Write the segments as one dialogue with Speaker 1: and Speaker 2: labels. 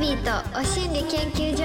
Speaker 1: ビーとお心理研究所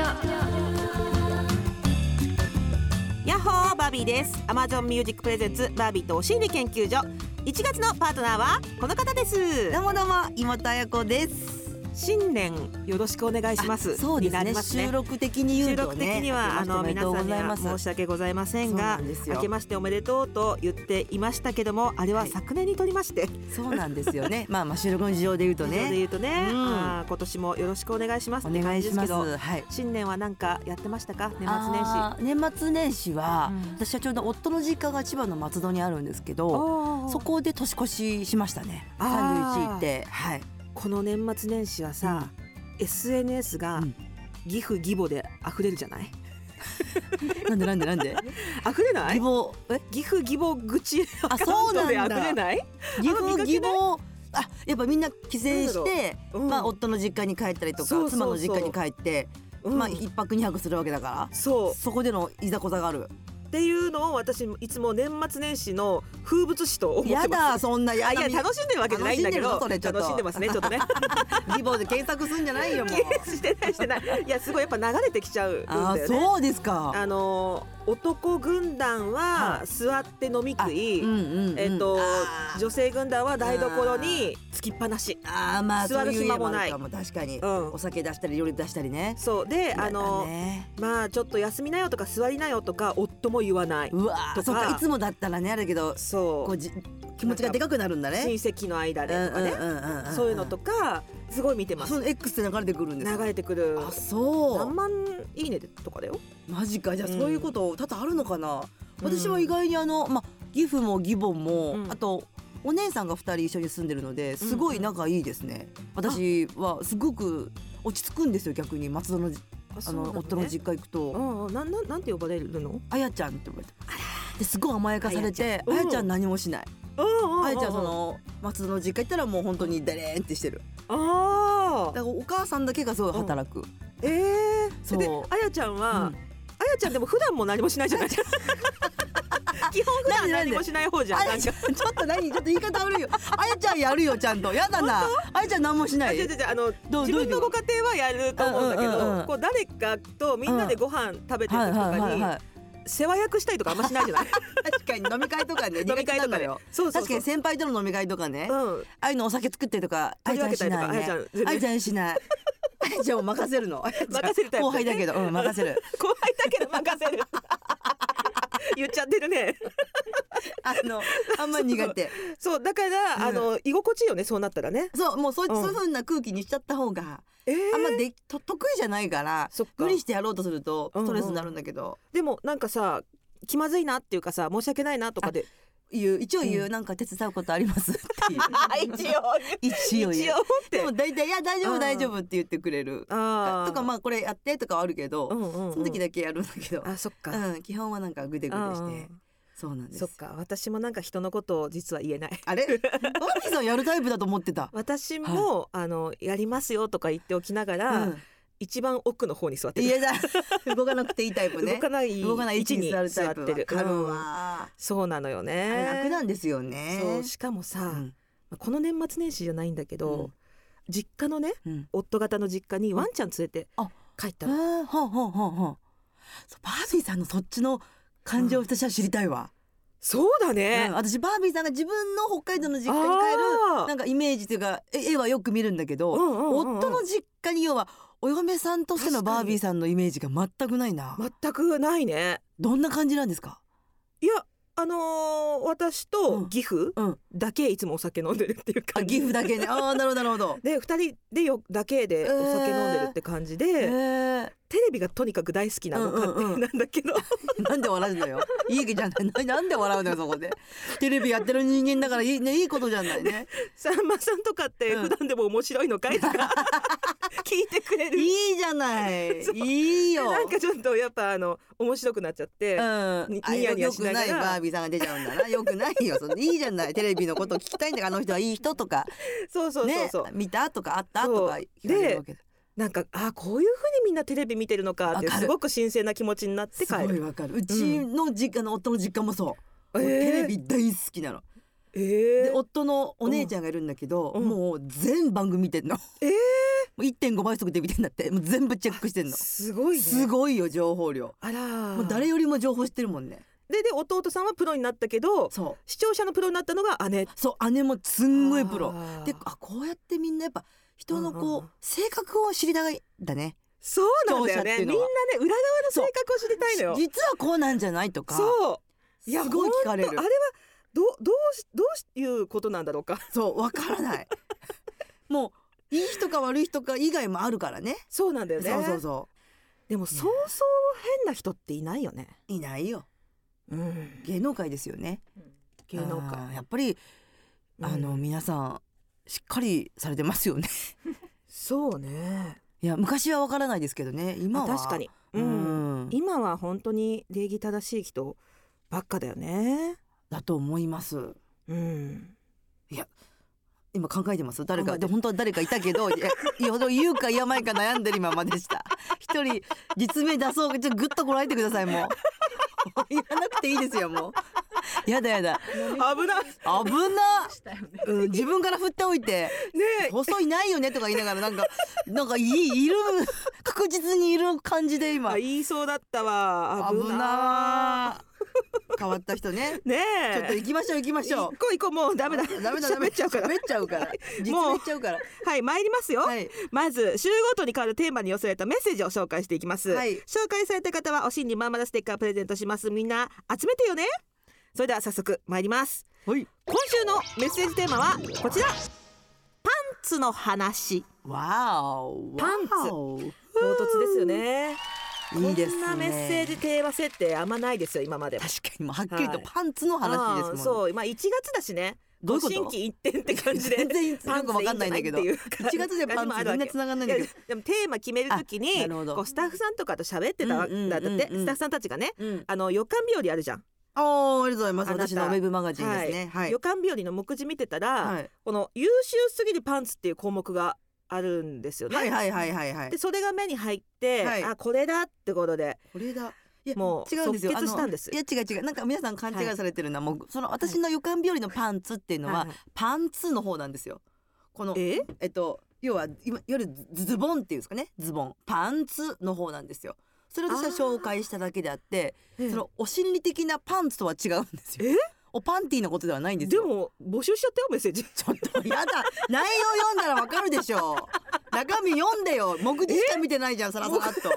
Speaker 2: ヤッホーバービーです Amazon Music Presents バービーとお心理研究所1月のパートナーはこの方です
Speaker 3: どうもどうも妹彩子です。
Speaker 2: 新年よろしくお願いします
Speaker 3: そうで
Speaker 2: にな
Speaker 3: す
Speaker 2: り
Speaker 3: ね。
Speaker 2: ますね
Speaker 3: 収録的に言
Speaker 2: 収
Speaker 3: うと
Speaker 2: 録的
Speaker 3: ね。
Speaker 2: にはあの
Speaker 3: 明けまして
Speaker 2: 皆
Speaker 3: お
Speaker 2: さ
Speaker 3: め
Speaker 2: ん
Speaker 3: でと
Speaker 2: に
Speaker 3: うござい
Speaker 2: は
Speaker 3: ます
Speaker 2: 申し訳ございません
Speaker 3: そうな
Speaker 2: が
Speaker 3: んですよ
Speaker 2: 明けましておめでとうと言っていましたけどもあれは昨年にとりまして
Speaker 3: そうなんですよね。ま あまあ収録の事情で言う と
Speaker 2: 以上で言
Speaker 3: ね。
Speaker 2: うとね、
Speaker 3: うん
Speaker 2: あー今年もよろしくお願いします
Speaker 3: お
Speaker 2: って感
Speaker 3: 願い
Speaker 2: じ
Speaker 3: し
Speaker 2: です
Speaker 3: ま
Speaker 2: け
Speaker 3: す。
Speaker 2: ど
Speaker 3: はい。
Speaker 2: 新年は何かやってましたか年末年始
Speaker 3: あー年末年始は、
Speaker 2: うん
Speaker 3: 私はちょうど夫の実家が千葉の松戸にあるんですけど、
Speaker 2: おー
Speaker 3: そこで年越ししましたね。
Speaker 2: あ
Speaker 3: 31
Speaker 2: ー
Speaker 3: ってはい。
Speaker 2: この年末年始はさ、SNS が
Speaker 3: うん
Speaker 2: ギフギボで溢れるじゃない
Speaker 3: なんでなんでなん で。
Speaker 2: 溢れな
Speaker 3: 義
Speaker 2: い
Speaker 3: 母え
Speaker 2: ギフギボ口ア
Speaker 3: あ
Speaker 2: カ
Speaker 3: そ
Speaker 2: ウ
Speaker 3: う
Speaker 2: ン
Speaker 3: な
Speaker 2: ト
Speaker 3: ん
Speaker 2: で
Speaker 3: だ
Speaker 2: 溢れない
Speaker 3: 義
Speaker 2: あんま見
Speaker 3: 母
Speaker 2: かけない
Speaker 3: 義母あやっぱみんな帰省
Speaker 2: な
Speaker 3: し
Speaker 2: んだ
Speaker 3: て。
Speaker 2: うん
Speaker 3: まあ、夫の実家に帰ったりとか
Speaker 2: そうそうそう
Speaker 3: 妻の実家に帰って、
Speaker 2: うん
Speaker 3: まあ、一泊二泊するわけだから
Speaker 2: そう
Speaker 3: そこでのいざこざがある
Speaker 2: っていうのを私いつも年末年始の風物詩と思ってます
Speaker 3: やだそんないや
Speaker 2: いや楽しんでるわけじゃないんだけど
Speaker 3: 楽しんでるのそれちょっと
Speaker 2: 楽しんでますね ちょっとね
Speaker 3: 義母で検索すんじゃない よもう
Speaker 2: してないしてないいやすごいやっぱ流れてきちゃうんだ
Speaker 3: あ
Speaker 2: よ
Speaker 3: ー
Speaker 2: ね
Speaker 3: そうですか
Speaker 2: あの男軍団は
Speaker 3: は
Speaker 2: 座って飲み食い、
Speaker 3: うんうんうん
Speaker 2: えっ、と
Speaker 3: あー
Speaker 2: 女性軍団は台所につきっぱなし。
Speaker 3: あーまあ
Speaker 2: 座る暇もない
Speaker 3: そうう家あるかも確かに、
Speaker 2: うん
Speaker 3: お酒出したり料理出したりね
Speaker 2: そうで、あ
Speaker 3: やだ
Speaker 2: の
Speaker 3: ね
Speaker 2: まあちょっと休みなよとか座りなよとか夫も言わない。
Speaker 3: うわ
Speaker 2: と
Speaker 3: ー
Speaker 2: か
Speaker 3: そっかいつもだったらねあれだけど
Speaker 2: そ
Speaker 3: こ
Speaker 2: う
Speaker 3: うじ気持ちがでかくなるんだ
Speaker 2: 親
Speaker 3: ね
Speaker 2: 戚の間でとかね、
Speaker 3: ね
Speaker 2: そういうのとかすごい見てます
Speaker 3: そ。の X って流れてくるんですか
Speaker 2: 流れてくる
Speaker 3: あそう
Speaker 2: 何万いいねとかだよ。
Speaker 3: マジかじゃあ
Speaker 2: うん
Speaker 3: そういうこと多々あるのかな、
Speaker 2: うん
Speaker 3: 私は意外にあの、まあ、義父も義母も、
Speaker 2: うん
Speaker 3: あとお姉さんが2人一緒に住んでるのですごい仲いいですね、私はすごく落ち着くんですよ逆に松戸の,、あの夫の実家行く
Speaker 2: う
Speaker 3: と
Speaker 2: んうん、なんなんなんて呼ばれるの？
Speaker 3: 「あやちゃん」って呼ばれてですごい甘やかされて「
Speaker 2: あ
Speaker 3: あ
Speaker 2: やちゃん
Speaker 3: やちゃん何もしない」
Speaker 2: あ
Speaker 3: あやちゃんその松戸の実家行ったらもう本当にデレーンってしてる
Speaker 2: あ
Speaker 3: だか
Speaker 2: あ
Speaker 3: らお母さんだけがすごい働く、
Speaker 2: ええ
Speaker 3: そう
Speaker 2: であやちゃんは、
Speaker 3: うん
Speaker 2: あやちゃんでも普段も何もしな いじゃない基本普段何もしない方じゃん
Speaker 3: あ
Speaker 2: な
Speaker 3: や
Speaker 2: ん
Speaker 3: ち
Speaker 2: か
Speaker 3: ゃんちょっと何ちょっと言い方悪いよあやちゃんやるよちゃんとやだなあやちゃん何もしな
Speaker 2: あ
Speaker 3: い
Speaker 2: 違う違う違うあの
Speaker 3: どう
Speaker 2: 自
Speaker 3: どうい
Speaker 2: 分
Speaker 3: う
Speaker 2: のご家庭はやると思うんだけど、
Speaker 3: うんうんうんうん
Speaker 2: こう誰かとみんなでご飯食べてる時とかに
Speaker 3: い、
Speaker 2: 世話役したりとかあんましないじ ゃない
Speaker 3: 確かに飲み会とかね
Speaker 2: 飲み会と
Speaker 3: 苦
Speaker 2: か
Speaker 3: 手なの
Speaker 2: で
Speaker 3: よ
Speaker 2: そうそ
Speaker 3: 確
Speaker 2: う
Speaker 3: か
Speaker 2: そう
Speaker 3: に先輩との飲み会とかね、あ
Speaker 2: うん
Speaker 3: あいうのお酒作ってとかあ
Speaker 2: 取
Speaker 3: い
Speaker 2: り
Speaker 3: ちゃんした
Speaker 2: 分けりとか
Speaker 3: な
Speaker 2: あ
Speaker 3: い
Speaker 2: やちゃ
Speaker 3: ね
Speaker 2: ん全
Speaker 3: あいち
Speaker 2: 然
Speaker 3: ゃんし ないあいちゃんも任せるのあやちゃん
Speaker 2: 任せるタイプ
Speaker 3: 後輩だけどうん任 せる
Speaker 2: 後輩だけど任せる 言っちゃってるね
Speaker 3: あのあんまり苦手
Speaker 2: そうだから、
Speaker 3: うん
Speaker 2: あの居心地いいよねそうなったらね
Speaker 3: そうもうそう
Speaker 2: うん
Speaker 3: そういうふうな空気にしちゃった方が
Speaker 2: えー
Speaker 3: あんまでと得意じゃないから
Speaker 2: そっか
Speaker 3: 無理してやろうとすると
Speaker 2: うんうん
Speaker 3: ストレスになるんだけど、
Speaker 2: でもなんかさ気まずいなっていうかさ申し訳ないなとかで
Speaker 3: 言う一応言う、
Speaker 2: う
Speaker 3: なんか手伝うことありますっていう
Speaker 2: 一応
Speaker 3: 一応言う
Speaker 2: 一応って
Speaker 3: でも大体「いや大丈
Speaker 2: う
Speaker 3: 夫
Speaker 2: ん
Speaker 3: 大丈夫」って言ってくれる
Speaker 2: あー
Speaker 3: とかまあこれやってとかはあるけど、
Speaker 2: うんうんうん
Speaker 3: その時だけやるんだけど、
Speaker 2: あそっか、
Speaker 3: うん、基本はなんかグデグデし
Speaker 2: あ
Speaker 3: てそうなん
Speaker 2: ー
Speaker 3: で
Speaker 2: そ
Speaker 3: す
Speaker 2: っか私もなんか人のことを実は言えない
Speaker 3: あれバービーさんやるタイプだと思ってた、
Speaker 2: 私も、あのやりますよとか言っておきなが
Speaker 3: う
Speaker 2: ら、
Speaker 3: ん、
Speaker 2: 一番奥の方に座ってる
Speaker 3: 家だ動かなくていいタイプね
Speaker 2: 動かない
Speaker 3: 動かない位
Speaker 2: 位
Speaker 3: 置
Speaker 2: 置
Speaker 3: に
Speaker 2: に
Speaker 3: 座
Speaker 2: 座
Speaker 3: るタイ
Speaker 2: っ
Speaker 3: プ
Speaker 2: てる
Speaker 3: わかる
Speaker 2: うん
Speaker 3: わ、
Speaker 2: そうなのよ
Speaker 3: あれ楽
Speaker 2: ね
Speaker 3: なんですよね
Speaker 2: そうしかも
Speaker 3: う
Speaker 2: さ、
Speaker 3: ん
Speaker 2: この年末年始じゃないんだけど、
Speaker 3: うん
Speaker 2: 実家のね
Speaker 3: うん、
Speaker 2: 夫方の実家にワンちゃん連れて
Speaker 3: あ
Speaker 2: 帰った
Speaker 3: あ
Speaker 2: の、
Speaker 3: ーほんほんほんほんそうバービーさんのそっちの感情を私は知りたいわ、
Speaker 2: そうだね、
Speaker 3: うん私バービーさんが自分の北海道の実家に帰
Speaker 2: あ
Speaker 3: る
Speaker 2: ー
Speaker 3: なんかイメージというかえ絵はよく見るんだけど、
Speaker 2: うんうんうんうん
Speaker 3: 夫の実家に要はお嫁さんとしてのバービーさんのイメージが全くないな、
Speaker 2: 全くないね
Speaker 3: どんな感じなんですか
Speaker 2: いやあのー私
Speaker 3: う
Speaker 2: と
Speaker 3: ん
Speaker 2: 義父
Speaker 3: うん
Speaker 2: だけいつもお酒飲んでるっていう
Speaker 3: あ
Speaker 2: 感
Speaker 3: 岐
Speaker 2: じ、
Speaker 3: 阜だけねあ あなるほどなるほど
Speaker 2: で2人でよだけでお酒飲んでるって感じで、
Speaker 3: へー
Speaker 2: テレビがとにかく大好きなご家
Speaker 3: うんうん
Speaker 2: 庭
Speaker 3: うん
Speaker 2: なんだけ ど、
Speaker 3: なんで笑うのよいい気じゃないななんで笑うのよそこでテレビやってる人間だからいい,、ね、いいことじゃないね
Speaker 2: さんまさんとかって
Speaker 3: うん
Speaker 2: 普段でも面白いのかい とか聞 いてくれる
Speaker 3: いいじゃない
Speaker 2: そう
Speaker 3: いい
Speaker 2: で
Speaker 3: よ
Speaker 2: なんかちょっとやっぱあの面白くなっちゃって、
Speaker 3: うん
Speaker 2: に
Speaker 3: あ
Speaker 2: ニヤニヤ
Speaker 3: よ
Speaker 2: し
Speaker 3: く
Speaker 2: な
Speaker 3: な
Speaker 2: がら
Speaker 3: いバービーさんが出ちゃうんだ なよくないよそのいいじゃないテレビのことを聞きたいんだからあの人はいい人とか
Speaker 2: そうそうそうそう、
Speaker 3: ね見たとかあったとか
Speaker 2: そう
Speaker 3: 聞かれるわけだ
Speaker 2: なんかあこういうふうにみんなテレビ見てるのかって
Speaker 3: わかる
Speaker 2: すごく神聖な気持ちになっ
Speaker 3: す
Speaker 2: て帰
Speaker 3: ごい
Speaker 2: る。
Speaker 3: わかるうちの実家の夫の実家もそう、
Speaker 2: え
Speaker 3: もう
Speaker 2: ー
Speaker 3: テレビ大好きなの、
Speaker 2: え
Speaker 3: で
Speaker 2: ー、
Speaker 3: 夫のお姉ちゃんがいるんだけど、
Speaker 2: うん
Speaker 3: もう全番組見てんの、
Speaker 2: えー
Speaker 3: う1.5倍速で見てんだって もう全部チェックしてんの
Speaker 2: すごいね
Speaker 3: すごいよ情報量
Speaker 2: あら
Speaker 3: もう誰よりも情報知ってるもんね
Speaker 2: でで弟さんはプロになったけど
Speaker 3: そう
Speaker 2: 視聴者のプロになったのが姉
Speaker 3: そう姉もすんごいプロ
Speaker 2: あー
Speaker 3: であこうやってみんなやっぱ人の
Speaker 2: うんうん
Speaker 3: こ
Speaker 2: うん
Speaker 3: う性格を知りたいんだね
Speaker 2: そうなんだ
Speaker 3: 視聴者
Speaker 2: よね
Speaker 3: ってい
Speaker 2: み
Speaker 3: うんの
Speaker 2: なね
Speaker 3: は
Speaker 2: 裏側の性格を知りたいのよ
Speaker 3: 実はこうなんじゃないとか
Speaker 2: そう
Speaker 3: すごい聞かれる
Speaker 2: ほんとあれはどうどうしどうしいうことなんだろうか
Speaker 3: そうわからない もういい人か悪い人か以外もあるからね
Speaker 2: そうなんだよ ね
Speaker 3: そうそうそ
Speaker 2: でもそうそう変な人っていないよね、
Speaker 3: ういないよ
Speaker 2: うん、
Speaker 3: 芸能界ですよね
Speaker 2: 芸能界
Speaker 3: あーやっぱり
Speaker 2: うん
Speaker 3: あの、皆さんしっかりされてますよね
Speaker 2: そうね
Speaker 3: いや昔はわからないですけどね今
Speaker 2: まあ
Speaker 3: は
Speaker 2: 確かに、う
Speaker 3: うんん、
Speaker 2: 今は本当に礼儀正しい人ばっかだよね
Speaker 3: だと思います
Speaker 2: うん
Speaker 3: 今考えてます誰
Speaker 2: 考
Speaker 3: か
Speaker 2: えて
Speaker 3: で本当は誰かいたけ どいやよほど言うか言わないか悩んでる今までした一人実名出そうちょっとグッとこらえてください もう言わなくていいですよもうやだやだ
Speaker 2: 危ない
Speaker 3: 危な、うん、自分から振っておいて
Speaker 2: ねえ
Speaker 3: 放送いないよねとか言いながらなんかなんかいいいる確実にいる感じで今
Speaker 2: あ言いそうだったわ
Speaker 3: 危
Speaker 2: 危な
Speaker 3: な変わった人ね
Speaker 2: ねえ
Speaker 3: ちょっと行きましょう行きましょう
Speaker 2: 行こう行こうもうダメだ
Speaker 3: ダメだダメ
Speaker 2: 喋っちゃうから
Speaker 3: 喋っちゃうから実名言っちゃうから
Speaker 2: はい参りますよ、
Speaker 3: はい
Speaker 2: まず週ごとに変わるテーマに寄せられたメッセージを紹介していきます、
Speaker 3: はい
Speaker 2: 紹介された方はお心理まんまだステッカープレゼントしますみんな集めてよねそれでは早速参ります
Speaker 3: はい
Speaker 2: 今週のメッセージテーマはこちらパンツの話
Speaker 3: わお
Speaker 2: パンツ
Speaker 3: わお
Speaker 2: 唐突ですよね
Speaker 3: いいですね
Speaker 2: こんなメッセージテーマ設定あんまないですよ今までも
Speaker 3: 確かにもうはっきりと
Speaker 2: はい
Speaker 3: パンツの話ですもん
Speaker 2: あー
Speaker 3: ね、
Speaker 2: そうまあ1月だしね
Speaker 3: どういうこと
Speaker 2: 新規一点って感じで
Speaker 3: 全然よくわかんないんだけど
Speaker 2: 1
Speaker 3: 1月でパンツ全然繋がんないんだけど
Speaker 2: でもテーマ決めるとき
Speaker 3: あ
Speaker 2: に
Speaker 3: なるほど
Speaker 2: こうスタッフさんとかと喋ってたわ
Speaker 3: うんうんうんうん
Speaker 2: だってスタッフさんたちがね
Speaker 3: うん、
Speaker 2: あの予感日和あるじゃん、
Speaker 3: あーありがとうございます
Speaker 2: あなた
Speaker 3: 私のウェブマガジンですねはい
Speaker 2: 予感日和の目次見てたら、
Speaker 3: はい
Speaker 2: この優秀すぎるパンツっていう項目があるんですよね、
Speaker 3: はいはいはいはいはい
Speaker 2: でそれが目に入って、
Speaker 3: はい
Speaker 2: あこれだってことで
Speaker 3: これだいや
Speaker 2: もう
Speaker 3: 違うんですよ
Speaker 2: 即決
Speaker 3: あの
Speaker 2: したんです
Speaker 3: いや違う違うなんか皆さん勘違いされてるのは、もうその私の予感日和のパンツっていうのは、
Speaker 2: はいはい
Speaker 3: パンツの方なんですよこの
Speaker 2: え
Speaker 3: えっと要は今いわゆるズズボンっていうんですかねズボンパンツの方なんですよそれを私は紹介しただけであって
Speaker 2: ええ
Speaker 3: そのお心理的なパンツとは違うんですよ
Speaker 2: え
Speaker 3: おパンティーのことではないんです
Speaker 2: で
Speaker 3: よ
Speaker 2: も募集しちゃったよメッセージ
Speaker 3: ちょっとやだ内容読んだらわかるでしょう中身読んでよ目次しか見てないじゃんさらさらっと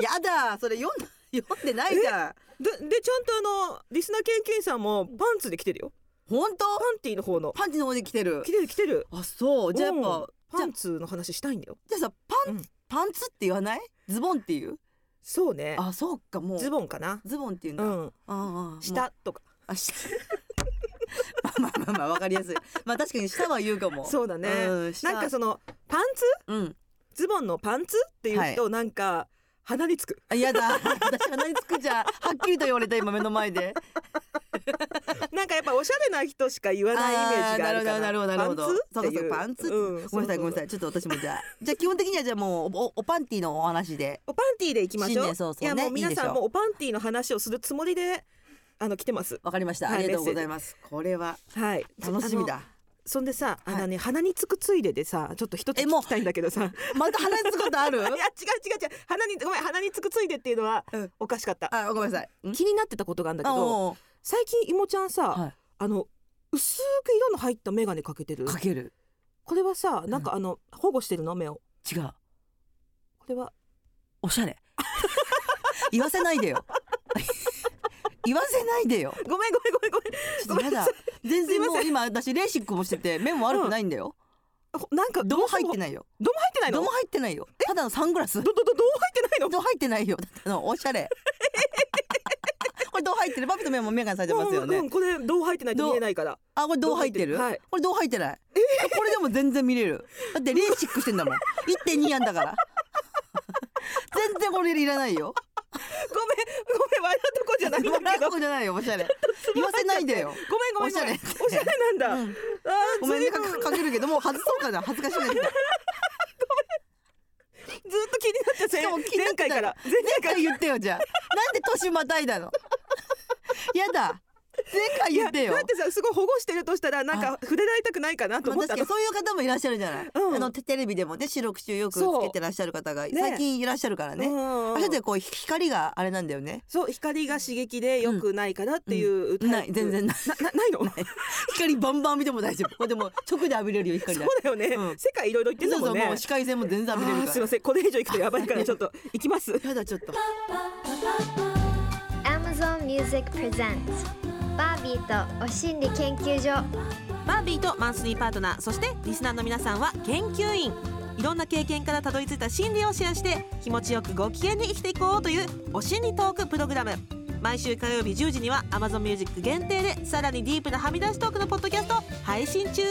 Speaker 3: やだそれ読んだ読んでないじゃん
Speaker 2: ででちゃんとあのリスナー研究員さんもパンツで来てるよ
Speaker 3: 本当
Speaker 2: パンティの方の
Speaker 3: パンチの方で来てる
Speaker 2: 来てる来てる
Speaker 3: あそうじゃあやっぱ
Speaker 2: うんパンツの話したいんだよ
Speaker 3: じゃあさパン、
Speaker 2: うん
Speaker 3: パンツって言わないズボンっていう
Speaker 2: そうね
Speaker 3: あそうかもう
Speaker 2: ズボンかな
Speaker 3: ズボンっていうんだ、
Speaker 2: う
Speaker 3: あ
Speaker 2: ん
Speaker 3: あ
Speaker 2: 下とか
Speaker 3: あ下 まあまあまあまあわかりやすいまあ確かに下は言うかも
Speaker 2: そうだね
Speaker 3: うん下
Speaker 2: なんかそのパンツ
Speaker 3: うん
Speaker 2: ズボンのパンツっていうとなんか鼻につく、
Speaker 3: あやだ私鼻につくじゃんはっきりと言われた今目の前で
Speaker 2: なんかやっぱおしゃれな人しか言わないイメージがあるから
Speaker 3: ーなるほどなるほどなるほど
Speaker 2: パンツってい
Speaker 3: そ
Speaker 2: う
Speaker 3: うかそうかパンツ、
Speaker 2: うん
Speaker 3: ごめんなさいごめんなさ
Speaker 2: い
Speaker 3: いちょっと私もじゃあじゃあ基本的にはじゃあもうおおおパンティーのお話で
Speaker 2: おパンティーでいきまし
Speaker 3: 新
Speaker 2: ょう
Speaker 3: 年早々ね
Speaker 2: いやもう皆
Speaker 3: いい
Speaker 2: さ
Speaker 3: でし
Speaker 2: ん
Speaker 3: ょ
Speaker 2: もうおパンティーの話をするつもりであの来てます
Speaker 3: わかりました、
Speaker 2: はい
Speaker 3: ありがとうございますこれは
Speaker 2: はい
Speaker 3: 楽しみだ
Speaker 2: そんでさ、あの
Speaker 3: は
Speaker 2: ね、鼻につくついででさ、ちょっと一つ
Speaker 3: えも
Speaker 2: 聞
Speaker 3: う
Speaker 2: きたいんだけどさ。いや、違
Speaker 3: また鼻につくことある
Speaker 2: う違う違う、鼻に、ごめん、鼻につくついでっていうのは
Speaker 3: うん、
Speaker 2: おかしかった。
Speaker 3: あごめんなさいん
Speaker 2: 気になってたことがあるんだけ
Speaker 3: あ
Speaker 2: ど、
Speaker 3: おう
Speaker 2: 最近いもちゃんさ、
Speaker 3: はい
Speaker 2: あの、薄く色の入った眼鏡かけてる。
Speaker 3: かける
Speaker 2: これはさ、なんかあの、保護してるの、目を。
Speaker 3: 違う
Speaker 2: これは、
Speaker 3: おしゃれ言わせないでよ 言わせないでよ
Speaker 2: ごめん、ごめん、ごめん、ごめん。
Speaker 3: ちょっとやだ全然もう今私レーシックもしてて目も悪くないんだよ、
Speaker 2: ほなんか、
Speaker 3: ども入って
Speaker 2: ない。
Speaker 3: ないよ
Speaker 2: ども入ってない
Speaker 3: ど
Speaker 2: の。
Speaker 3: も入ってないよただのサングラスど
Speaker 2: ど、ど、ど、どう入ってないの。
Speaker 3: も入ってないよだってあのおしゃ れこれどう入ってるバビと目も眼鏡されてますよね、
Speaker 2: うんうんこれ、どう入ってないと見えないから。
Speaker 3: あこれどう入ってる
Speaker 2: どう入ってるはい
Speaker 3: これどう入ってない、これでも全然見れるだってレーシックしてんだもん1.2やんだ から全然これいらないよ
Speaker 2: ごめん、ごめん、笑うとこじゃないん だけど。
Speaker 3: こじゃないよおしゃれ言わせない でよ
Speaker 2: ごめん、ごめん、ごめん
Speaker 3: おしゃれ
Speaker 2: おしゃれなんだ。
Speaker 3: うん
Speaker 2: あー
Speaker 3: ごめんね
Speaker 2: ずい
Speaker 3: か
Speaker 2: ぶん
Speaker 3: かけるけどもう外そうかな恥ずかしいな
Speaker 2: ずっと気になってて
Speaker 3: しかも気にな
Speaker 2: 前
Speaker 3: ってた
Speaker 2: 回から前
Speaker 3: 前回言ってよじゃあなんで年またいだのやだ回言ってよ
Speaker 4: だってさすごい保護してるとしたらなんか触れられたくないかなと
Speaker 3: まあ、
Speaker 4: 思っ
Speaker 3: 確
Speaker 4: た
Speaker 3: か
Speaker 4: の
Speaker 3: にそういう方もいらっしゃるじゃない、
Speaker 4: うん
Speaker 3: あのテテレビでもね四六時中よくつけてらっしゃる方が
Speaker 4: ね
Speaker 3: 最近いらっしゃるからね、
Speaker 4: うんうんうん
Speaker 3: あれでこう光があれなんだよね
Speaker 4: そう光が刺激で良くないからっていう、タイプ
Speaker 3: ない全然ない
Speaker 4: なないのそう
Speaker 3: 光バンバン見ても大丈夫これでも直で浴びれるよ光だ
Speaker 4: だよね、
Speaker 3: うん
Speaker 4: 世界いろいろ言って
Speaker 3: そ
Speaker 4: るも
Speaker 3: うそ
Speaker 4: ん
Speaker 3: う
Speaker 4: ね
Speaker 3: もう視界線も全然浴びれ
Speaker 4: あ
Speaker 3: る
Speaker 4: ー
Speaker 3: か
Speaker 4: すい
Speaker 3: ら
Speaker 4: ませんこれ以上行くとやばいからちょっと行きます
Speaker 3: やだちょっと
Speaker 1: Amazon Music Presents バービーとお心理研究所
Speaker 2: バービーとマンスリーパートナーそしてリスナーの皆さんは研究員いろんな経験からたどり着いた心理をシェアして気持ちよくご機嫌に生きていこうというお心理トークプログラム毎週火曜日10時には Amazon Music 限定でさらにディープなはみ出しトークのポッドキャストを配信中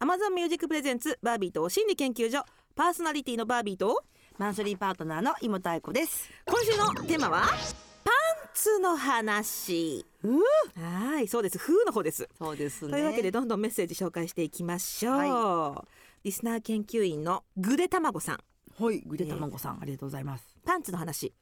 Speaker 2: Amazon Music プレゼンツバービーとお心理研究所パーソナリティのバービーと
Speaker 3: マンスリーパートナーの妹愛子です
Speaker 2: 今週のテーマはパンツの話はいそうです風の方です
Speaker 3: そうですね
Speaker 2: というわけでどんどんメッセージ紹介していきましょう、リスナー研究員のぐでたまごさん
Speaker 3: はいぐでたまごさん、ありがとうございます
Speaker 2: パンツの話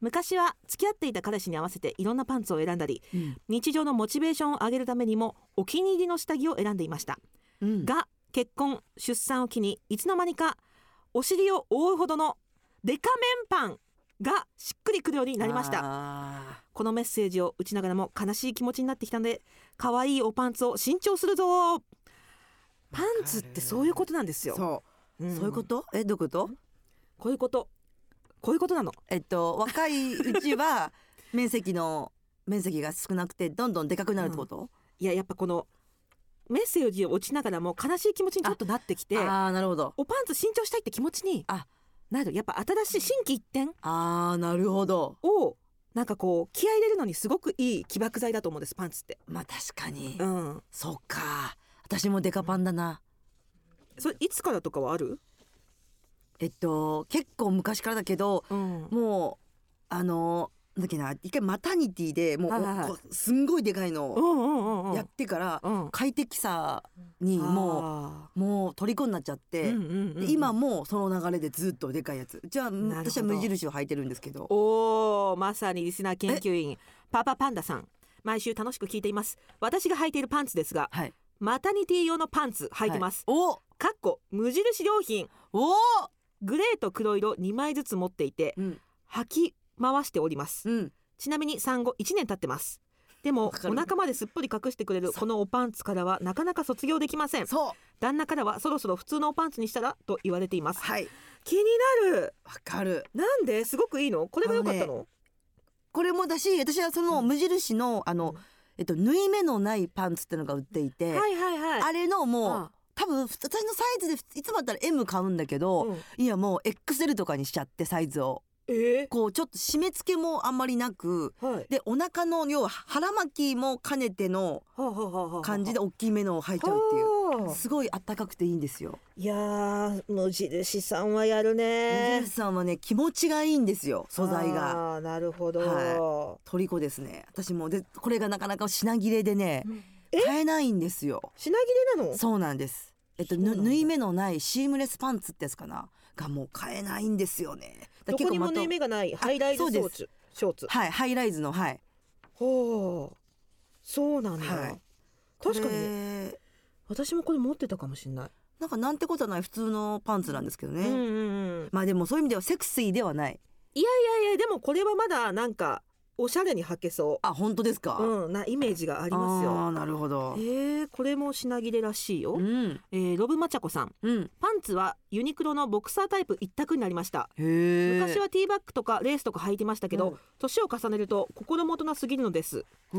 Speaker 2: 昔は付き合っていた彼氏に合わせていろんなパンツを選んだり、日常のモチベーションを上げるためにもお気に入りの下着を選んでいました
Speaker 3: うん
Speaker 2: が結婚出産を機にいつの間にかお尻を覆うほどのデカメンパンがしっくりくるようになりました
Speaker 3: た
Speaker 2: このメッセージを打ちながらも悲しい気持ちになってきたので可愛いおパンツを新調するぞパンツってそういうことなんですよ、
Speaker 3: そう、
Speaker 2: ん
Speaker 3: そういうことえどういうこと
Speaker 2: こういうことこういうことなの
Speaker 3: えっと若いうち は面積の面積が少なくてどんどんでかくなるってこと、
Speaker 2: いややっぱこのメッセージを打ちながらも悲しい気持ちにちょっとなってきて
Speaker 3: ああなるほど
Speaker 2: おパンツ新調したいって気持ちに
Speaker 3: あ
Speaker 2: なるやっぱ新しい新規一点
Speaker 3: ああなるほど
Speaker 2: をなんかこう気合い入れるのにすごくいい起爆剤だと思うんですパンツって、
Speaker 3: まあ確かに、
Speaker 2: うん、
Speaker 3: そっか私もデカパンだな
Speaker 2: それいつからとかはある、
Speaker 3: えっと結構昔からだけど
Speaker 2: うん
Speaker 3: もうあのなんだっけな一回マタニティでもう、
Speaker 2: はいはいはい
Speaker 3: こうすんごいでかい
Speaker 2: うん
Speaker 3: の
Speaker 2: うんうんうん
Speaker 3: やってから、
Speaker 2: うん
Speaker 3: 快適さにも
Speaker 2: あ
Speaker 3: うもう虜になっちゃっ
Speaker 2: ー
Speaker 3: て、
Speaker 2: うんうんうん
Speaker 3: で今もうその流れでずっとでかいやつじゃあ
Speaker 2: なるほど
Speaker 3: 私は無印を履いてるんですけど
Speaker 2: おーまさにリスナー研究員パパパンダさん毎週楽しく聞いています私が履いているパンツですが
Speaker 3: はい
Speaker 2: マタニティ用のパンツ履いてます、
Speaker 3: はいお
Speaker 2: かっこ無印良品
Speaker 3: お、
Speaker 2: グレーと黒色2枚ずつ持っていて
Speaker 3: うん
Speaker 2: 履き回しております
Speaker 3: うん、
Speaker 2: ちなみに産後1年経ってますでも
Speaker 3: わか
Speaker 2: お
Speaker 3: る
Speaker 2: 腹まですっぽり隠してくれるこのおパンツからはなかなか卒業できません
Speaker 3: そう
Speaker 2: 旦那からはそろそろ普通のおパンツにしたらと言われています
Speaker 3: はい
Speaker 2: 気になる
Speaker 3: わかる
Speaker 2: なんですごくいいのこれが良かった
Speaker 3: あ
Speaker 2: の
Speaker 3: これもだし私はその無印のあの、えっと、縫い目のないパンツってのが売っていて、
Speaker 2: はいはいはい
Speaker 3: あれのもう
Speaker 2: ああ
Speaker 3: 多分ふ私のサイズでふいつもだったら M 買うんだけど、
Speaker 2: うん
Speaker 3: いやもう XL とかにしちゃってサイズを
Speaker 2: え
Speaker 3: こうちょっと締め付けもあんまりなく
Speaker 2: ー、はい
Speaker 3: でお腹の要は腹巻きも兼ねての
Speaker 2: はあはあはあはあ
Speaker 3: 感じで大きいめのを履いちゃうっていう
Speaker 2: はあ
Speaker 3: すごいあったかくていいんですよ。
Speaker 2: いやー無印さんはやる
Speaker 3: 無
Speaker 2: ね
Speaker 3: 印さんはね気持ちがいいんですよ素材が。
Speaker 2: あーなるほど、
Speaker 3: は虜ですね私もでこれがなかなか品切れでね買えないんですよ。
Speaker 2: 品切れなの
Speaker 3: そうなんです。えっと、
Speaker 2: そうなん
Speaker 3: ぬ
Speaker 2: だ
Speaker 3: 縫い目のないシームレスパンツってやつかながもう買えないんですよね。だ
Speaker 2: どこにも
Speaker 3: まと
Speaker 2: 縫い目がないハイライトショーツショーツ
Speaker 3: はい、ハイライズの、はい。
Speaker 2: ほうそうなんだ、
Speaker 3: はい
Speaker 2: 確かにね
Speaker 3: に。
Speaker 2: 私もこれ持ってたかもしれない
Speaker 3: なんかなんてことはない普通のパンツなんですけどね。
Speaker 2: うんうんうん
Speaker 3: まあでもそういう意味ではセクシーではない。
Speaker 2: いやいやいやでもこれはまだなんかおしゃれに履けそ
Speaker 3: あ、本当ですか。
Speaker 2: ううんなイメージがあります
Speaker 3: あ
Speaker 2: よ
Speaker 3: ーなるほど
Speaker 2: え。ー、これも品切れらしいよ
Speaker 3: う、ん。
Speaker 2: えー、ロブマチャコさん
Speaker 3: うん。
Speaker 2: パンツはユニクロのボクサータイプ一択になりました
Speaker 3: へえ。
Speaker 2: 昔はティーバッグとかレースとか履いてましたけ
Speaker 3: う
Speaker 2: ど
Speaker 3: ん
Speaker 2: 年、を重ねると心もとなすぎるのです小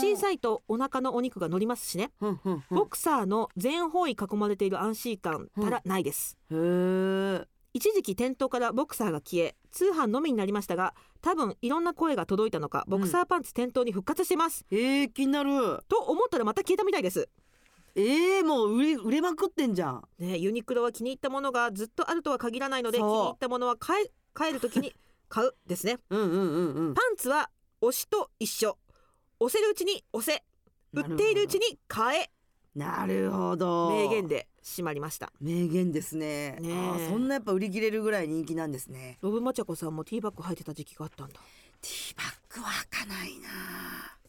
Speaker 3: 小い。
Speaker 2: さいとお腹のお肉が乗りますしね、
Speaker 3: うんうんうん
Speaker 2: ボクサーの全方位囲まれている安心感たらないです、
Speaker 3: へえ。
Speaker 2: 一時期店頭からボクサーが消え通販のみになりましたが多分いろんな声が届いたのかボクサーパンツ店頭に復活してます、
Speaker 3: えー、気になる。
Speaker 2: と思ったらまた消えたみたいです
Speaker 3: ええー、もう売れ売れまくってんじゃん。
Speaker 2: ねユニクロは気に入ったものがずっとあるとは限らないので気
Speaker 3: そ
Speaker 2: に
Speaker 3: う
Speaker 2: 入ったものは買え帰る時に買うですね
Speaker 3: うんうんうんうん。
Speaker 2: パンツは押しと一緒押せるうちに押せ売っているうちに買え
Speaker 3: なるほど。
Speaker 2: 名言で締まりました
Speaker 3: 名言ですね
Speaker 2: ねえ
Speaker 3: あーそんなやっぱ売り切れるぐらい人気なんですね
Speaker 2: ロブマチャコさんもティーバッグ履いてた時期があったんだ
Speaker 3: ティーバックわかないな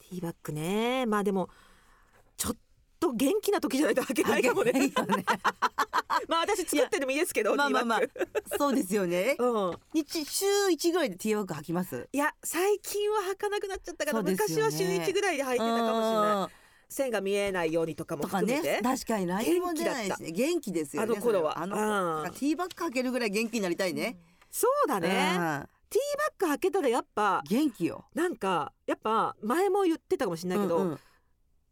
Speaker 2: ティーバッグねまあでもちょっと元気な時じゃないと履けないかもね まあ私作ってでもいいですけど
Speaker 3: まあまあまあ
Speaker 2: ティー
Speaker 3: そうですよね
Speaker 2: バッグうん
Speaker 3: 日週一ぐらいでティーバッグ履きます
Speaker 2: いや最近は履かなくなっちゃったから、
Speaker 3: そうです
Speaker 2: 昔
Speaker 3: よね
Speaker 2: は週一ぐらいで履いてたかもしれな
Speaker 3: い
Speaker 2: い線が見えないようにとかも
Speaker 3: とか
Speaker 2: 含め
Speaker 3: ね
Speaker 2: て
Speaker 3: 確かにラインも出ないしね元気ですよね
Speaker 2: あの頃は
Speaker 3: それ
Speaker 2: うん
Speaker 3: あのティーバッグ履けるぐらい元気になりたいね
Speaker 2: そうだねティー
Speaker 3: うん
Speaker 2: バッグ履けたらやっぱ
Speaker 3: 元気よ
Speaker 2: なんかやっぱ前も言ってたかもしれないけど、
Speaker 3: うんうん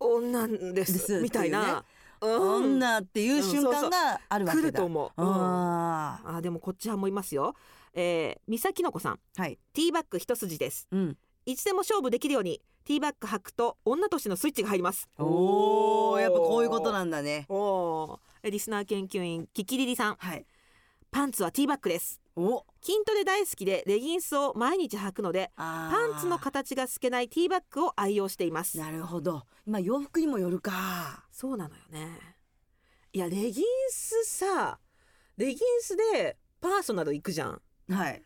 Speaker 2: 女です
Speaker 3: ですっていうね
Speaker 2: みたいな、うん
Speaker 3: 女っていう瞬間があるわけ
Speaker 2: 来
Speaker 3: だ
Speaker 2: ると思う、うん
Speaker 3: あ
Speaker 2: あでもこっち派もいますよ、えー、美咲の子さん
Speaker 3: ーはい
Speaker 2: ティーバッグ一筋です
Speaker 3: うん
Speaker 2: いつでも勝負できるようにティーバッグ履くと女としてのスイッチが入ります
Speaker 3: おーやっぱこういうことなんだね
Speaker 2: おおーえリスナー研究員キキリリさん
Speaker 3: はい
Speaker 2: パンツはティーバッグです
Speaker 3: お
Speaker 2: 筋トレ大好きでレギンスを毎日履くので
Speaker 3: パ
Speaker 2: パンツの形が透けないティーバッグを愛用しています
Speaker 3: なるほど今洋服にもよるか
Speaker 2: そうなのよねいやレギンスさレギンスでパーソナル行くじゃん
Speaker 3: はい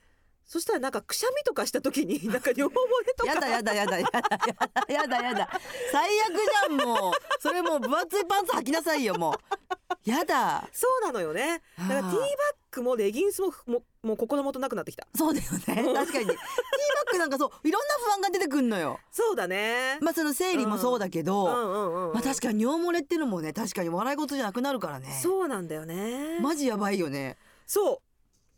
Speaker 2: そしたらなんかくしゃみとかした時になんか尿漏れとか
Speaker 3: やだやだやだやだやだやだやだ最悪じゃんもうそれもう分厚いパンツ履きなさいよもうやだ
Speaker 2: そうなのよねだからティーバッグもレギンスもももう心もとなくなってきた
Speaker 3: そうだよね確かにティーバッグなんかそういろんな不安が出てくんのよ
Speaker 2: そうだね
Speaker 3: まあその生理もそうだけ
Speaker 2: う
Speaker 3: ど、
Speaker 2: んうんうん
Speaker 3: まあ確かに尿漏れってのもね確かに笑い事じゃなくなるからね
Speaker 2: そうなんだよね
Speaker 3: マジやばいよね
Speaker 2: そ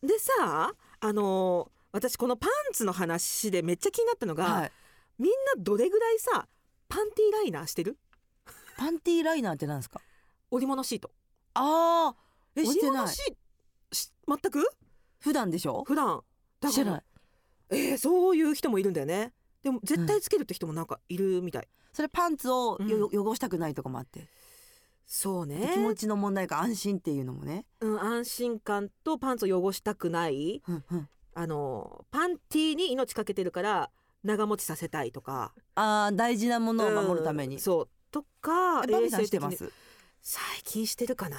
Speaker 2: うでさあのー私このパンツの話でめっちゃ気になったのが、
Speaker 3: はい
Speaker 2: みんなどれぐらいさパンティーライナーしてる
Speaker 3: パンティーライナーってなんですか
Speaker 2: 織物シート
Speaker 3: ああえ
Speaker 2: 織
Speaker 3: して
Speaker 2: 物
Speaker 3: ない
Speaker 2: シートし全く
Speaker 3: 普段でしょ
Speaker 2: 普段だ
Speaker 3: して
Speaker 2: か
Speaker 3: ない
Speaker 2: らえーそういう人もいるんだよねでも絶対つけるって人もなんかいるみたい、
Speaker 3: それパンツをよ、汚したくないとかもあって
Speaker 2: そうね
Speaker 3: 気持ちの問題か安心っていうのもね、
Speaker 2: うん、安心感とパンツを汚したくない
Speaker 3: うんうん、
Speaker 2: あのーパンティーに命かけてるから長持ちさせたいとか
Speaker 3: あー大事なものを守るために、
Speaker 2: うんそうとか
Speaker 3: えバビさんして
Speaker 2: 衛生
Speaker 3: ま
Speaker 2: 的に
Speaker 3: す
Speaker 2: 最近してるかな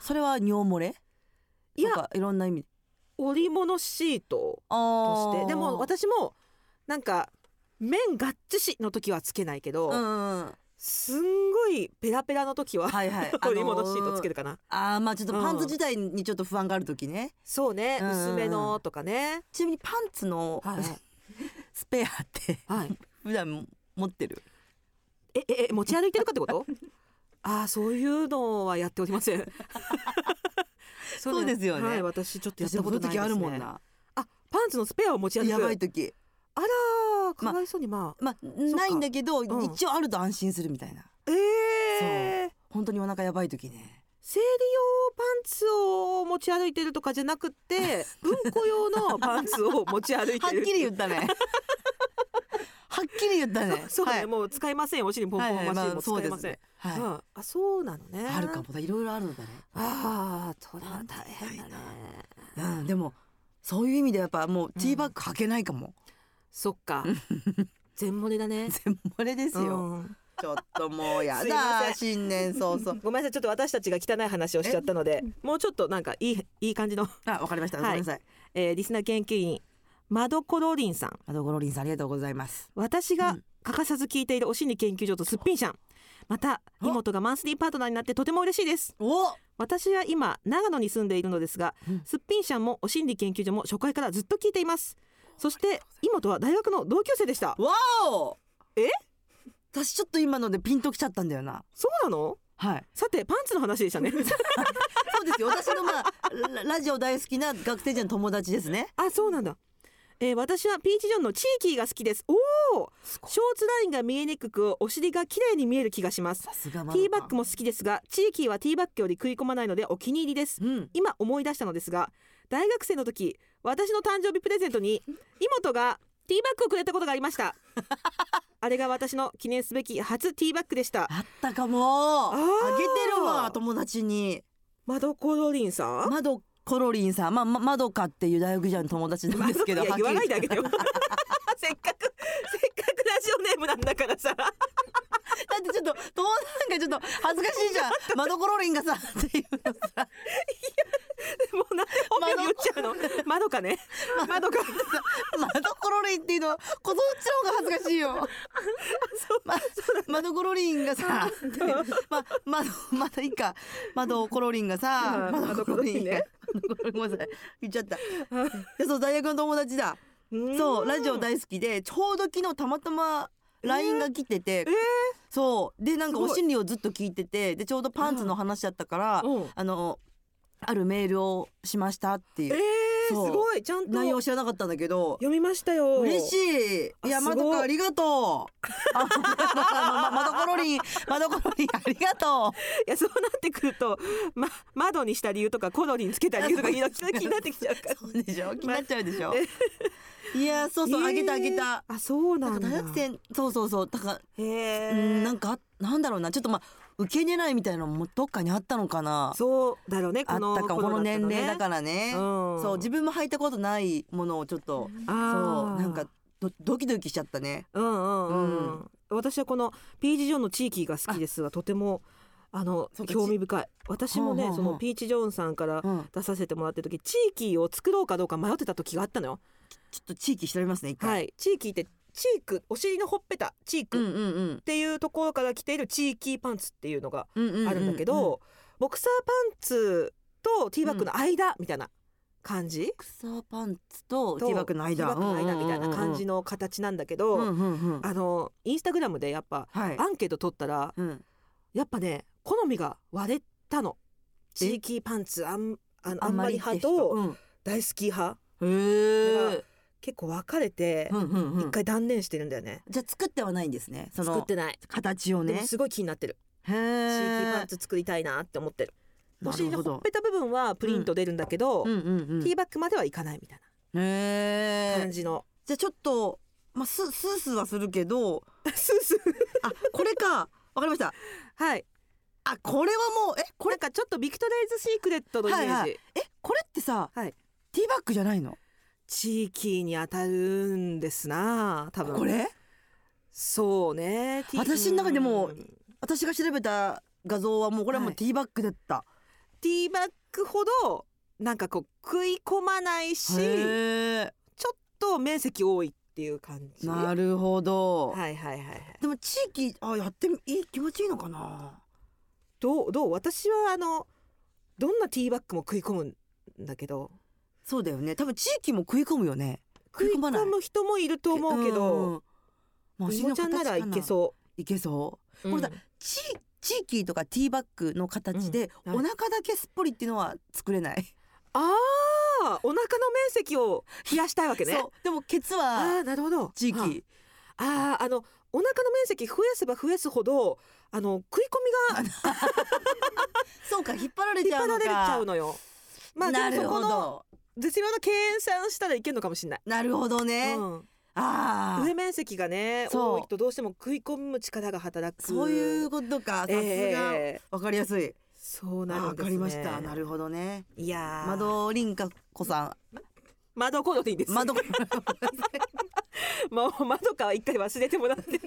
Speaker 3: それは尿漏れ
Speaker 2: いや
Speaker 3: なんかいろんな意味
Speaker 2: 織物シート
Speaker 3: あ
Speaker 2: と
Speaker 3: ー
Speaker 2: してでも私もなんか面合致しの時はつけないけど、
Speaker 3: うんうんうん
Speaker 2: すんごいペラペラの時は
Speaker 3: はい はい
Speaker 2: 織物シートつけるかな、
Speaker 3: あーまあちょっとパンツ自体にちょっと不安がある時ね、
Speaker 2: そうね
Speaker 3: うんうんうん
Speaker 2: 薄めのとかね
Speaker 3: ちなみにパンツの、
Speaker 2: はいはい
Speaker 3: スペアって
Speaker 2: はい
Speaker 3: 普段持ってる
Speaker 2: えええ持ち歩いてるかってこと ああそういうのはやっておりま せんそ
Speaker 3: そうですよね
Speaker 2: はい私ちょっとやったことないです、ね、
Speaker 3: 私もその時あるもんな
Speaker 2: あパンツのスペアを持ち歩く
Speaker 3: やばい時
Speaker 2: あらーかわいそうにまあ、
Speaker 3: まあないんだけど、
Speaker 2: うん
Speaker 3: 一応あると安心するみたいな
Speaker 2: ええー、
Speaker 3: 本当にお腹やばい時ね
Speaker 2: 生理用パンツを持ち歩いてるとかじゃなくて うんこ用のパンツを持ち歩い
Speaker 3: は
Speaker 2: て
Speaker 3: っ
Speaker 2: る
Speaker 3: きり言った ねはっきり言ったね
Speaker 2: そうね、
Speaker 3: はい
Speaker 2: もう使いませんお尻ポンポンマシンも使いません、
Speaker 3: はいはいまあそうですね、
Speaker 2: う
Speaker 3: は
Speaker 2: んあそうなのね
Speaker 3: いあるかもいろいろあるんだね、
Speaker 2: ああそれは大変だね
Speaker 3: うん、でもそういう意味でやっぱもうティーバッグ履けないかも、
Speaker 2: そっ か全漏れだね
Speaker 3: 全漏れですよ、
Speaker 2: うん
Speaker 3: ちょっともうや
Speaker 2: すいませ
Speaker 3: だ
Speaker 2: ん
Speaker 3: 新年早 々
Speaker 2: ごめんなさいちょっと私たちが汚い話をしちゃったのでもうちょっとなんかいいいい感じの、
Speaker 3: あわかりましたごめんなさい、
Speaker 2: えーリスナー研究員マドコロリンさん
Speaker 3: あどごろりんさんありがとうございます
Speaker 2: 私が
Speaker 3: うん
Speaker 2: 欠かさず聞いているお心理研究所とすっぴんしゃんまた
Speaker 3: お
Speaker 2: 妹がマンスリーパートナーになってとても嬉しいです
Speaker 3: お
Speaker 2: 私は今長野に住んでいるのですが、
Speaker 3: うん
Speaker 2: すっぴんしゃんもお心理研究所も初回からずっと聞いていますそして妹は大学の同級生でした
Speaker 3: わお
Speaker 2: え
Speaker 3: 私ちょっと今のでピンときちゃったんだよな
Speaker 2: そうなの
Speaker 3: はい
Speaker 2: さてパンツの話でしたね
Speaker 3: そうですよ私のまあララジオ大好きな学生時代の友達ですね
Speaker 2: あそうなんだ、えー私はピーチジョンのチーキーが好きですおおショーツラインが見えにくくお尻が綺麗に見える気がします
Speaker 3: さすがマ
Speaker 2: ティーバッグも好きですがチーキーはティーバッグより食い込まないのでお気に入りで
Speaker 3: う
Speaker 2: す
Speaker 3: ん
Speaker 2: 今思い出したのですが大学生の時私の誕生日プレゼントに妹がティーバッグをくれたことがあり ましたあれが私の記念すべき初ティーバッグでした
Speaker 3: あったかも
Speaker 2: あ
Speaker 3: あ
Speaker 2: ー
Speaker 3: げてるわ友達に
Speaker 2: マドコロリンさん
Speaker 3: マドコロリンさんまあままどかっていう大学時代の友達なんですけど
Speaker 2: いや言わないで
Speaker 3: は
Speaker 2: あ
Speaker 3: っき
Speaker 2: げてよ せっかくせっかくラジオネームなんだからさ
Speaker 3: りだってちょっと友達なんかちょっと恥ずかしい じゃんマドコロリンがさっていうのさ
Speaker 2: もうなんで本名言っちゃうののまど かねまどか
Speaker 3: マドコロリンっていうのはこのうちの方が恥ずかし いよ。ま、マドコロリンがさ、ま、マド、まだいいか。マドコロリンがさ、
Speaker 2: うん
Speaker 3: マドコロリンが。ごめんなさい。言っちゃった。で、そう、大学の友達だ。そう、ラジオ大好きで、ちょうど昨日たまたま LINE が来てて、そう。で、なんか
Speaker 2: すご
Speaker 3: お
Speaker 2: い
Speaker 3: 心理をずっと聞いてて、で、ちょうどパンツの話だったから、
Speaker 2: うん
Speaker 3: あの、あるメールをしましたってい
Speaker 2: え
Speaker 3: う。
Speaker 2: ー、す
Speaker 3: そう
Speaker 2: ごいちゃんと
Speaker 3: 内容
Speaker 2: 読
Speaker 3: 知らなかったんだけど、
Speaker 2: みましたよ
Speaker 3: 嬉しい。いや、
Speaker 2: あすご
Speaker 3: ま
Speaker 2: い
Speaker 3: どかありがと う。あままどころりん、まどころりん、ありがとう。
Speaker 2: いやそうなってくるとま窓にした理由とかコロリにつけた理由とか気になってきちゃうから
Speaker 3: そうでしょ気になっちゃうでしょ、いや、そうそう、
Speaker 2: えー
Speaker 3: あげたあげた。
Speaker 2: あそう
Speaker 3: な
Speaker 2: なんん
Speaker 3: か
Speaker 2: だ
Speaker 3: 大学生、そうそうそう、だから、
Speaker 2: へ
Speaker 3: う
Speaker 2: え
Speaker 3: ん、なんか、なんだろうな、ちょっとまあ、受け入れないみたいなのもどっかにあったのかな。
Speaker 2: そうだろうね
Speaker 3: あ
Speaker 2: こ
Speaker 3: った
Speaker 2: の
Speaker 3: かも、この年齢だかららね。
Speaker 2: うん
Speaker 3: そう、自分も履いたことないものをちょっと、そう、なんか、どドキドキしちゃったね。
Speaker 2: うんうんうん、
Speaker 3: う
Speaker 2: 私はこのピーチ・ジョーンの地域が好きですがとてもあの
Speaker 3: そうか
Speaker 2: 興味深い私もね、
Speaker 3: ほうほうほう
Speaker 2: そのピーチ・ジョーンさんから
Speaker 3: うん、
Speaker 2: 出させてもらってる時地域を作ろうかどうか迷ってた時があったのよ、
Speaker 3: ちょっと地域調べますね、一回。
Speaker 2: はい地域ってチークお尻のほっぺたチー
Speaker 3: う
Speaker 2: ク
Speaker 3: ん
Speaker 2: っ
Speaker 3: うんうん。
Speaker 2: ていうところから来ている地域パンツっていうのが
Speaker 3: うんううう
Speaker 2: あるんだけど、ボクサーパンツとティーバッグの間みたいな感じ、
Speaker 3: ボクサーパンツと
Speaker 2: と
Speaker 3: ティーバッグの間
Speaker 2: ティーバッグの間みたいな感じ
Speaker 3: の、
Speaker 2: の形なんだけど、
Speaker 3: うんうんうん
Speaker 2: あのインスタグラムでやっぱ
Speaker 3: はい
Speaker 2: アンケート取ったら
Speaker 3: うん、
Speaker 2: やっぱね好みが割れたのチーキーパンツあんあのあんまり派と
Speaker 3: うん、
Speaker 2: 大好き派
Speaker 3: へ
Speaker 2: だ
Speaker 3: え、
Speaker 2: 結構分かれて
Speaker 3: うんうんう
Speaker 2: 一
Speaker 3: ん、
Speaker 2: 回断念してるんだよね
Speaker 3: じゃあ作ってはないんですねそ
Speaker 2: 作っ
Speaker 3: の
Speaker 2: てない
Speaker 3: 形を
Speaker 2: でも
Speaker 3: ね
Speaker 2: すごい気になってる
Speaker 3: へ
Speaker 2: チーキーパ
Speaker 3: え
Speaker 2: ンツ作りたいなって思ってるお尻のほっ
Speaker 3: ぺ
Speaker 2: ぺた部分はプリント出るんだけど
Speaker 3: うんうんうん
Speaker 2: ティーバッグまではいかないみたい
Speaker 3: へ
Speaker 2: な
Speaker 3: え
Speaker 2: 感じの
Speaker 3: じゃあちょっとまあススースーはするけど
Speaker 2: スースー
Speaker 3: あこれ かわかりました
Speaker 2: はい
Speaker 3: あこれはもうえこ
Speaker 2: なんかちょっとビクトレーズシークレットのイメージ、
Speaker 3: はいはいえこれってさ、
Speaker 2: はい
Speaker 3: ティーバッグじゃないの
Speaker 2: 地域に当たるんですな多分
Speaker 3: これ
Speaker 2: そうねティ
Speaker 3: 私の中でも
Speaker 2: うん
Speaker 3: 私が調べた画像はもうこれはもう
Speaker 2: はい
Speaker 3: ティーバッグだった、
Speaker 2: ティーバッグほどなんかこう食い込まないしち
Speaker 3: へ
Speaker 2: ょっと面積多いっていう感
Speaker 3: え
Speaker 2: じ
Speaker 3: なるほど、
Speaker 2: はいはいはいはい
Speaker 3: でも地域あやってみいい気持ちいいのかな
Speaker 2: どうどう私はあのどんなティーバッグも食い込むんだけど
Speaker 3: そうだよね多分地域も食い込むよね
Speaker 2: 食い
Speaker 3: まない
Speaker 2: 込む人もいると思うけ
Speaker 3: うん
Speaker 2: ど、
Speaker 3: まあ、お
Speaker 2: み
Speaker 3: 尻
Speaker 2: も
Speaker 3: の
Speaker 2: ちゃんならいけ
Speaker 3: う
Speaker 2: そ
Speaker 3: いけそう
Speaker 2: う、
Speaker 3: これだ地地域とかティーバッグの形で、
Speaker 2: うんはい
Speaker 3: お腹だけすっぽりっていうのは作れない、
Speaker 2: ああお腹の面積を冷やしたいわけね
Speaker 3: そうでもケツ
Speaker 2: あ
Speaker 3: は
Speaker 2: あなるほど
Speaker 3: 地域、
Speaker 2: あああのお腹の面積増やせば増やすほどあの食い込みが
Speaker 3: そうか引っ張られ
Speaker 2: 引っ
Speaker 3: ちゃ
Speaker 2: 張
Speaker 3: うの
Speaker 2: ら
Speaker 3: か
Speaker 2: れちゃうのよ。まあ
Speaker 3: な
Speaker 2: でも
Speaker 3: る
Speaker 2: そ
Speaker 3: ほ
Speaker 2: この
Speaker 3: ど
Speaker 2: 絶妙な敬遠さんしたらいけるのかもしれない。
Speaker 3: なるほどね、
Speaker 2: うん
Speaker 3: ああ
Speaker 2: 上面積がね
Speaker 3: そう
Speaker 2: 多いとどうしても食い込む力が働く。
Speaker 3: そういうことかさすが、
Speaker 2: ええ
Speaker 3: わかりやすい
Speaker 2: そう
Speaker 3: あ
Speaker 2: な
Speaker 3: ー
Speaker 2: る
Speaker 3: わ
Speaker 2: んですね。
Speaker 3: かりましたなるほどね
Speaker 2: いやー
Speaker 3: 窓凛香子さん
Speaker 2: 窓コードでいいです。
Speaker 3: 窓
Speaker 2: もう窓かは一回忘れてもらって。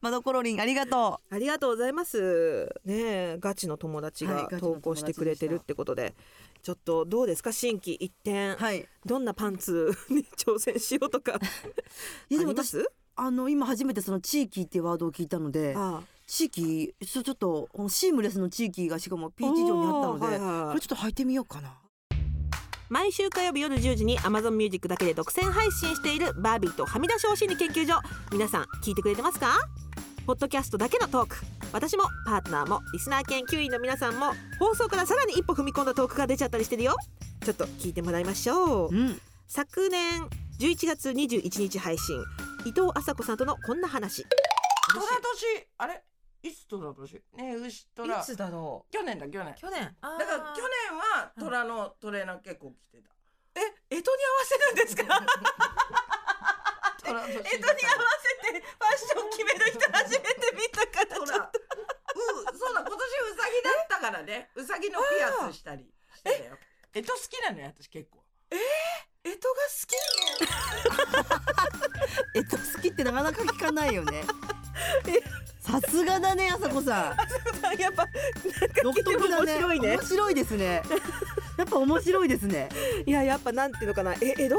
Speaker 3: 窓コロリンありがと
Speaker 2: ありがとうございます。ねえガチの友達
Speaker 3: はい
Speaker 2: が
Speaker 3: ガチの友達
Speaker 2: 投稿してくれてるってことで、ちょっとどうですか新規一点。
Speaker 3: うはい
Speaker 2: どんなパンツに挑戦しようと か。
Speaker 3: いやでも
Speaker 2: あります
Speaker 3: 私あの今初めてその地域ってワードを聞いたので
Speaker 2: ああ
Speaker 3: 地域ちょちょっとこのシームレスの地域がしかもピーチ城にあったので、
Speaker 2: おーはいはいはい
Speaker 3: これちょっと履いてみようかな
Speaker 5: 毎週火曜日夜10時に Amazon Music だけで独占配信しているバービーとはみ出しお心理研究所皆さん聞いてくれてますかポッドキャストだけのトーク私もパートナーもリスナー研究員の皆さんも放送からさらに一歩踏み込んだトークが出ちゃったりしてるよちょっと聞いてもらいましょう
Speaker 3: うん
Speaker 5: 昨年11月21日配信伊藤麻子さんとのこんな話
Speaker 6: 虎年あれいつ虎年ねえ牛虎
Speaker 2: つだろ
Speaker 6: 去年だ去年
Speaker 2: 去年。
Speaker 6: だから去年は虎のトレーナー結構着てた
Speaker 2: え、干支に合わせるんですか。
Speaker 6: 虎
Speaker 2: 干
Speaker 6: 年だ
Speaker 2: 支に合わせてファッション決める人初めて見たからちょっ
Speaker 6: 虎う
Speaker 2: と。
Speaker 6: そうだ今年うさぎだったからねうさぎのピアスしたりしてたよえっと好きなのよ私結構
Speaker 2: 干支が
Speaker 3: えっと好きってなかなか聞かないよねさすがだねあさこさん
Speaker 2: 好き。やっぱ
Speaker 3: 独特だね
Speaker 2: 面白いね
Speaker 3: 面白いですねやっぱ面白いですね。
Speaker 4: いややっぱなんていうのかなえ江戸っ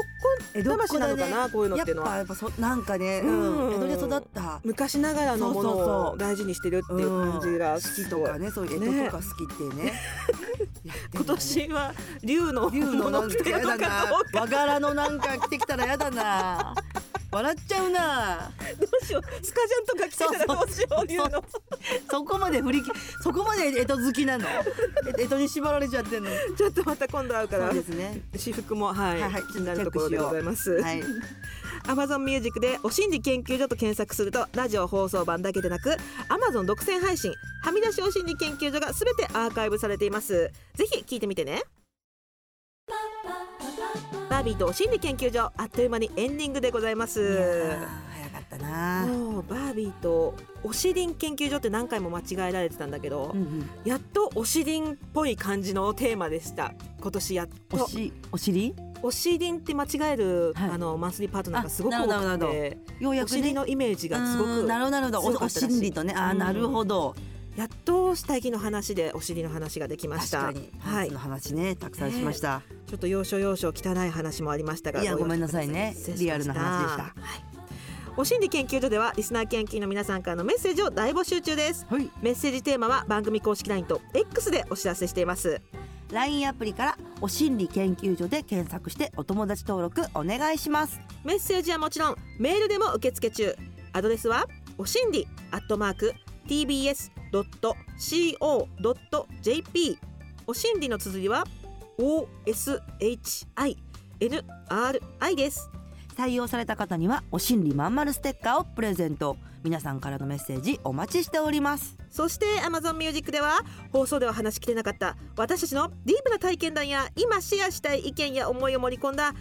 Speaker 3: 江
Speaker 4: 子
Speaker 3: 戸っ
Speaker 4: 魂
Speaker 3: 子
Speaker 4: な
Speaker 3: だ
Speaker 4: のか
Speaker 3: ね。
Speaker 4: な、こういうの
Speaker 3: や
Speaker 4: っ
Speaker 3: って
Speaker 4: いうの
Speaker 3: ぱ
Speaker 4: は
Speaker 3: やっぱそなんかね、
Speaker 4: うん
Speaker 3: うん、江戸で育った
Speaker 4: 昔ながらのも
Speaker 3: そうそう
Speaker 4: の
Speaker 3: そう
Speaker 4: を大事にしてるっていう感じが好きと、
Speaker 3: とかね、そういう江戸とか好きっていうね。やってん
Speaker 2: 今
Speaker 3: だね
Speaker 2: 年は竜の
Speaker 3: 竜の
Speaker 2: も
Speaker 3: な
Speaker 2: の
Speaker 3: ん
Speaker 2: 着て
Speaker 3: かや
Speaker 2: るのか
Speaker 3: だ
Speaker 2: ど
Speaker 3: な
Speaker 2: うか
Speaker 3: 和柄のなんか着てきたらやだな笑っちゃうな
Speaker 2: どうしようスカジャンとか着てたらどうしよう竜の
Speaker 3: そこまで振り切そこまで江戸好きなの江戸に縛られちゃってんの
Speaker 4: ちょっとまた今度会うか
Speaker 3: そ
Speaker 4: ら
Speaker 3: うですね
Speaker 4: 私服もはい、
Speaker 3: はいはい
Speaker 4: 気になるところでございます、
Speaker 3: はい、
Speaker 2: Amazon ミュージックで「お心理研究所」と検索するとラジオ放送版だけでなく Amazon 独占配信「はみ出しお心理研究所」が全てアーカイブされていますぜひ聞いてみてねバービーとお心理研究所あっという間にエンディングでございま
Speaker 3: いや
Speaker 2: す
Speaker 3: ー早かったな、
Speaker 2: もうバービーとおしりん研究所って何回も間違えられてたんだけど、
Speaker 3: うんうん、
Speaker 2: やっとおしりんっぽい感じのテーマでした今年やっ
Speaker 3: お
Speaker 2: と
Speaker 3: しお尻
Speaker 2: おしりんって間違える、
Speaker 3: はい
Speaker 2: あのマンスリーパートナーがすごく
Speaker 3: あ
Speaker 2: 多
Speaker 3: なるほど
Speaker 2: く
Speaker 3: なる
Speaker 2: て
Speaker 3: ようや
Speaker 2: お
Speaker 3: く
Speaker 2: 尻
Speaker 3: ね
Speaker 2: のイメージがすご
Speaker 3: うん
Speaker 2: く
Speaker 3: なるほどなるほど
Speaker 2: 強
Speaker 3: お
Speaker 2: か
Speaker 3: お
Speaker 2: ったらしい
Speaker 3: 尻とねあー
Speaker 2: うん
Speaker 3: なるほど
Speaker 2: やっと下着の話でお尻の話ができま
Speaker 3: 確
Speaker 2: した
Speaker 3: かにパ
Speaker 2: は
Speaker 3: ン
Speaker 2: い
Speaker 3: ツの話ねたくさんしました、
Speaker 2: ちょっと要所要所汚い話もありましたが
Speaker 3: いや
Speaker 2: 容赦
Speaker 3: ごめんなさいね
Speaker 2: くだ
Speaker 3: リアルな話でした
Speaker 2: 失礼しまはいお心理研究所ではリスナー研究員の皆さんからのメッセージを大募集中です
Speaker 3: はい
Speaker 2: メッセージテーマは番組公式 LINE と X でお知らせしています
Speaker 3: LINE アプリからお心理研究所で検索してお友達登録お願いします
Speaker 2: メッセージはもちろんメールでも受付中アドレスはおしんりアットマーク tbs.co.jp おしんりの綴りは oshinri です
Speaker 3: 採用された方にはお心理まんまるステッカーをプレゼント皆さんからのメッセージお待ちしております
Speaker 2: そして Amazon Music では放送では話しきれなかった私たちのディープな体験談や今シェアしたい意見や思いを盛り込んだ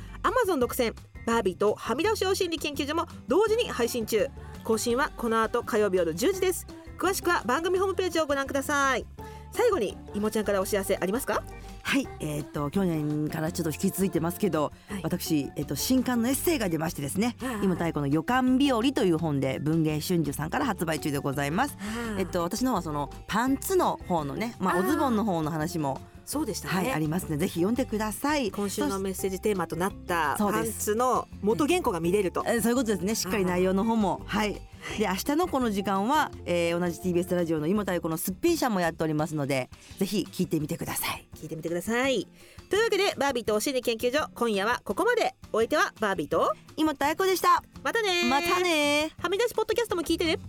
Speaker 2: Amazon 独占バービーとはみ出しお心理研究所も同時に配信中更新はこの後火曜日夜10時です詳しくは番組ホームページをご覧ください最後にいもちゃんからお知らせありますか
Speaker 3: はいえっ、と去年からちょっと引き続いてますけど、
Speaker 2: はい
Speaker 3: 私、えっと新刊のエッセイが出ましてですね
Speaker 2: あ
Speaker 3: 「今太鼓の予感日和」という本で文芸春秋さんから発売中でございますえっと私の方はそのパンツの方のねまあ
Speaker 2: あ
Speaker 3: お
Speaker 2: ー
Speaker 3: ズボンの方の話も
Speaker 2: そうでしたね、
Speaker 3: はいありますのでぜひ読んでください
Speaker 2: 今週の
Speaker 3: そし
Speaker 2: メッセージテーマとなった
Speaker 3: そう
Speaker 2: パ
Speaker 3: で
Speaker 2: ン
Speaker 3: す
Speaker 2: ツの元原稿が見れると
Speaker 3: えーそういうことですねしっかり内容の方もはいで明日のこの時間は、えー同じ TBS ラジオの「今太鼓のすっぴん社」もやっておりますのでぜひ聞いてみてください
Speaker 2: 聞いてみてくださいというわけでバービーとお心理研究所今夜はここまでお相手はバービーと
Speaker 3: 今太鼓でした
Speaker 2: またねー
Speaker 3: またねー
Speaker 2: はみ出しポッドキャストも聞いてね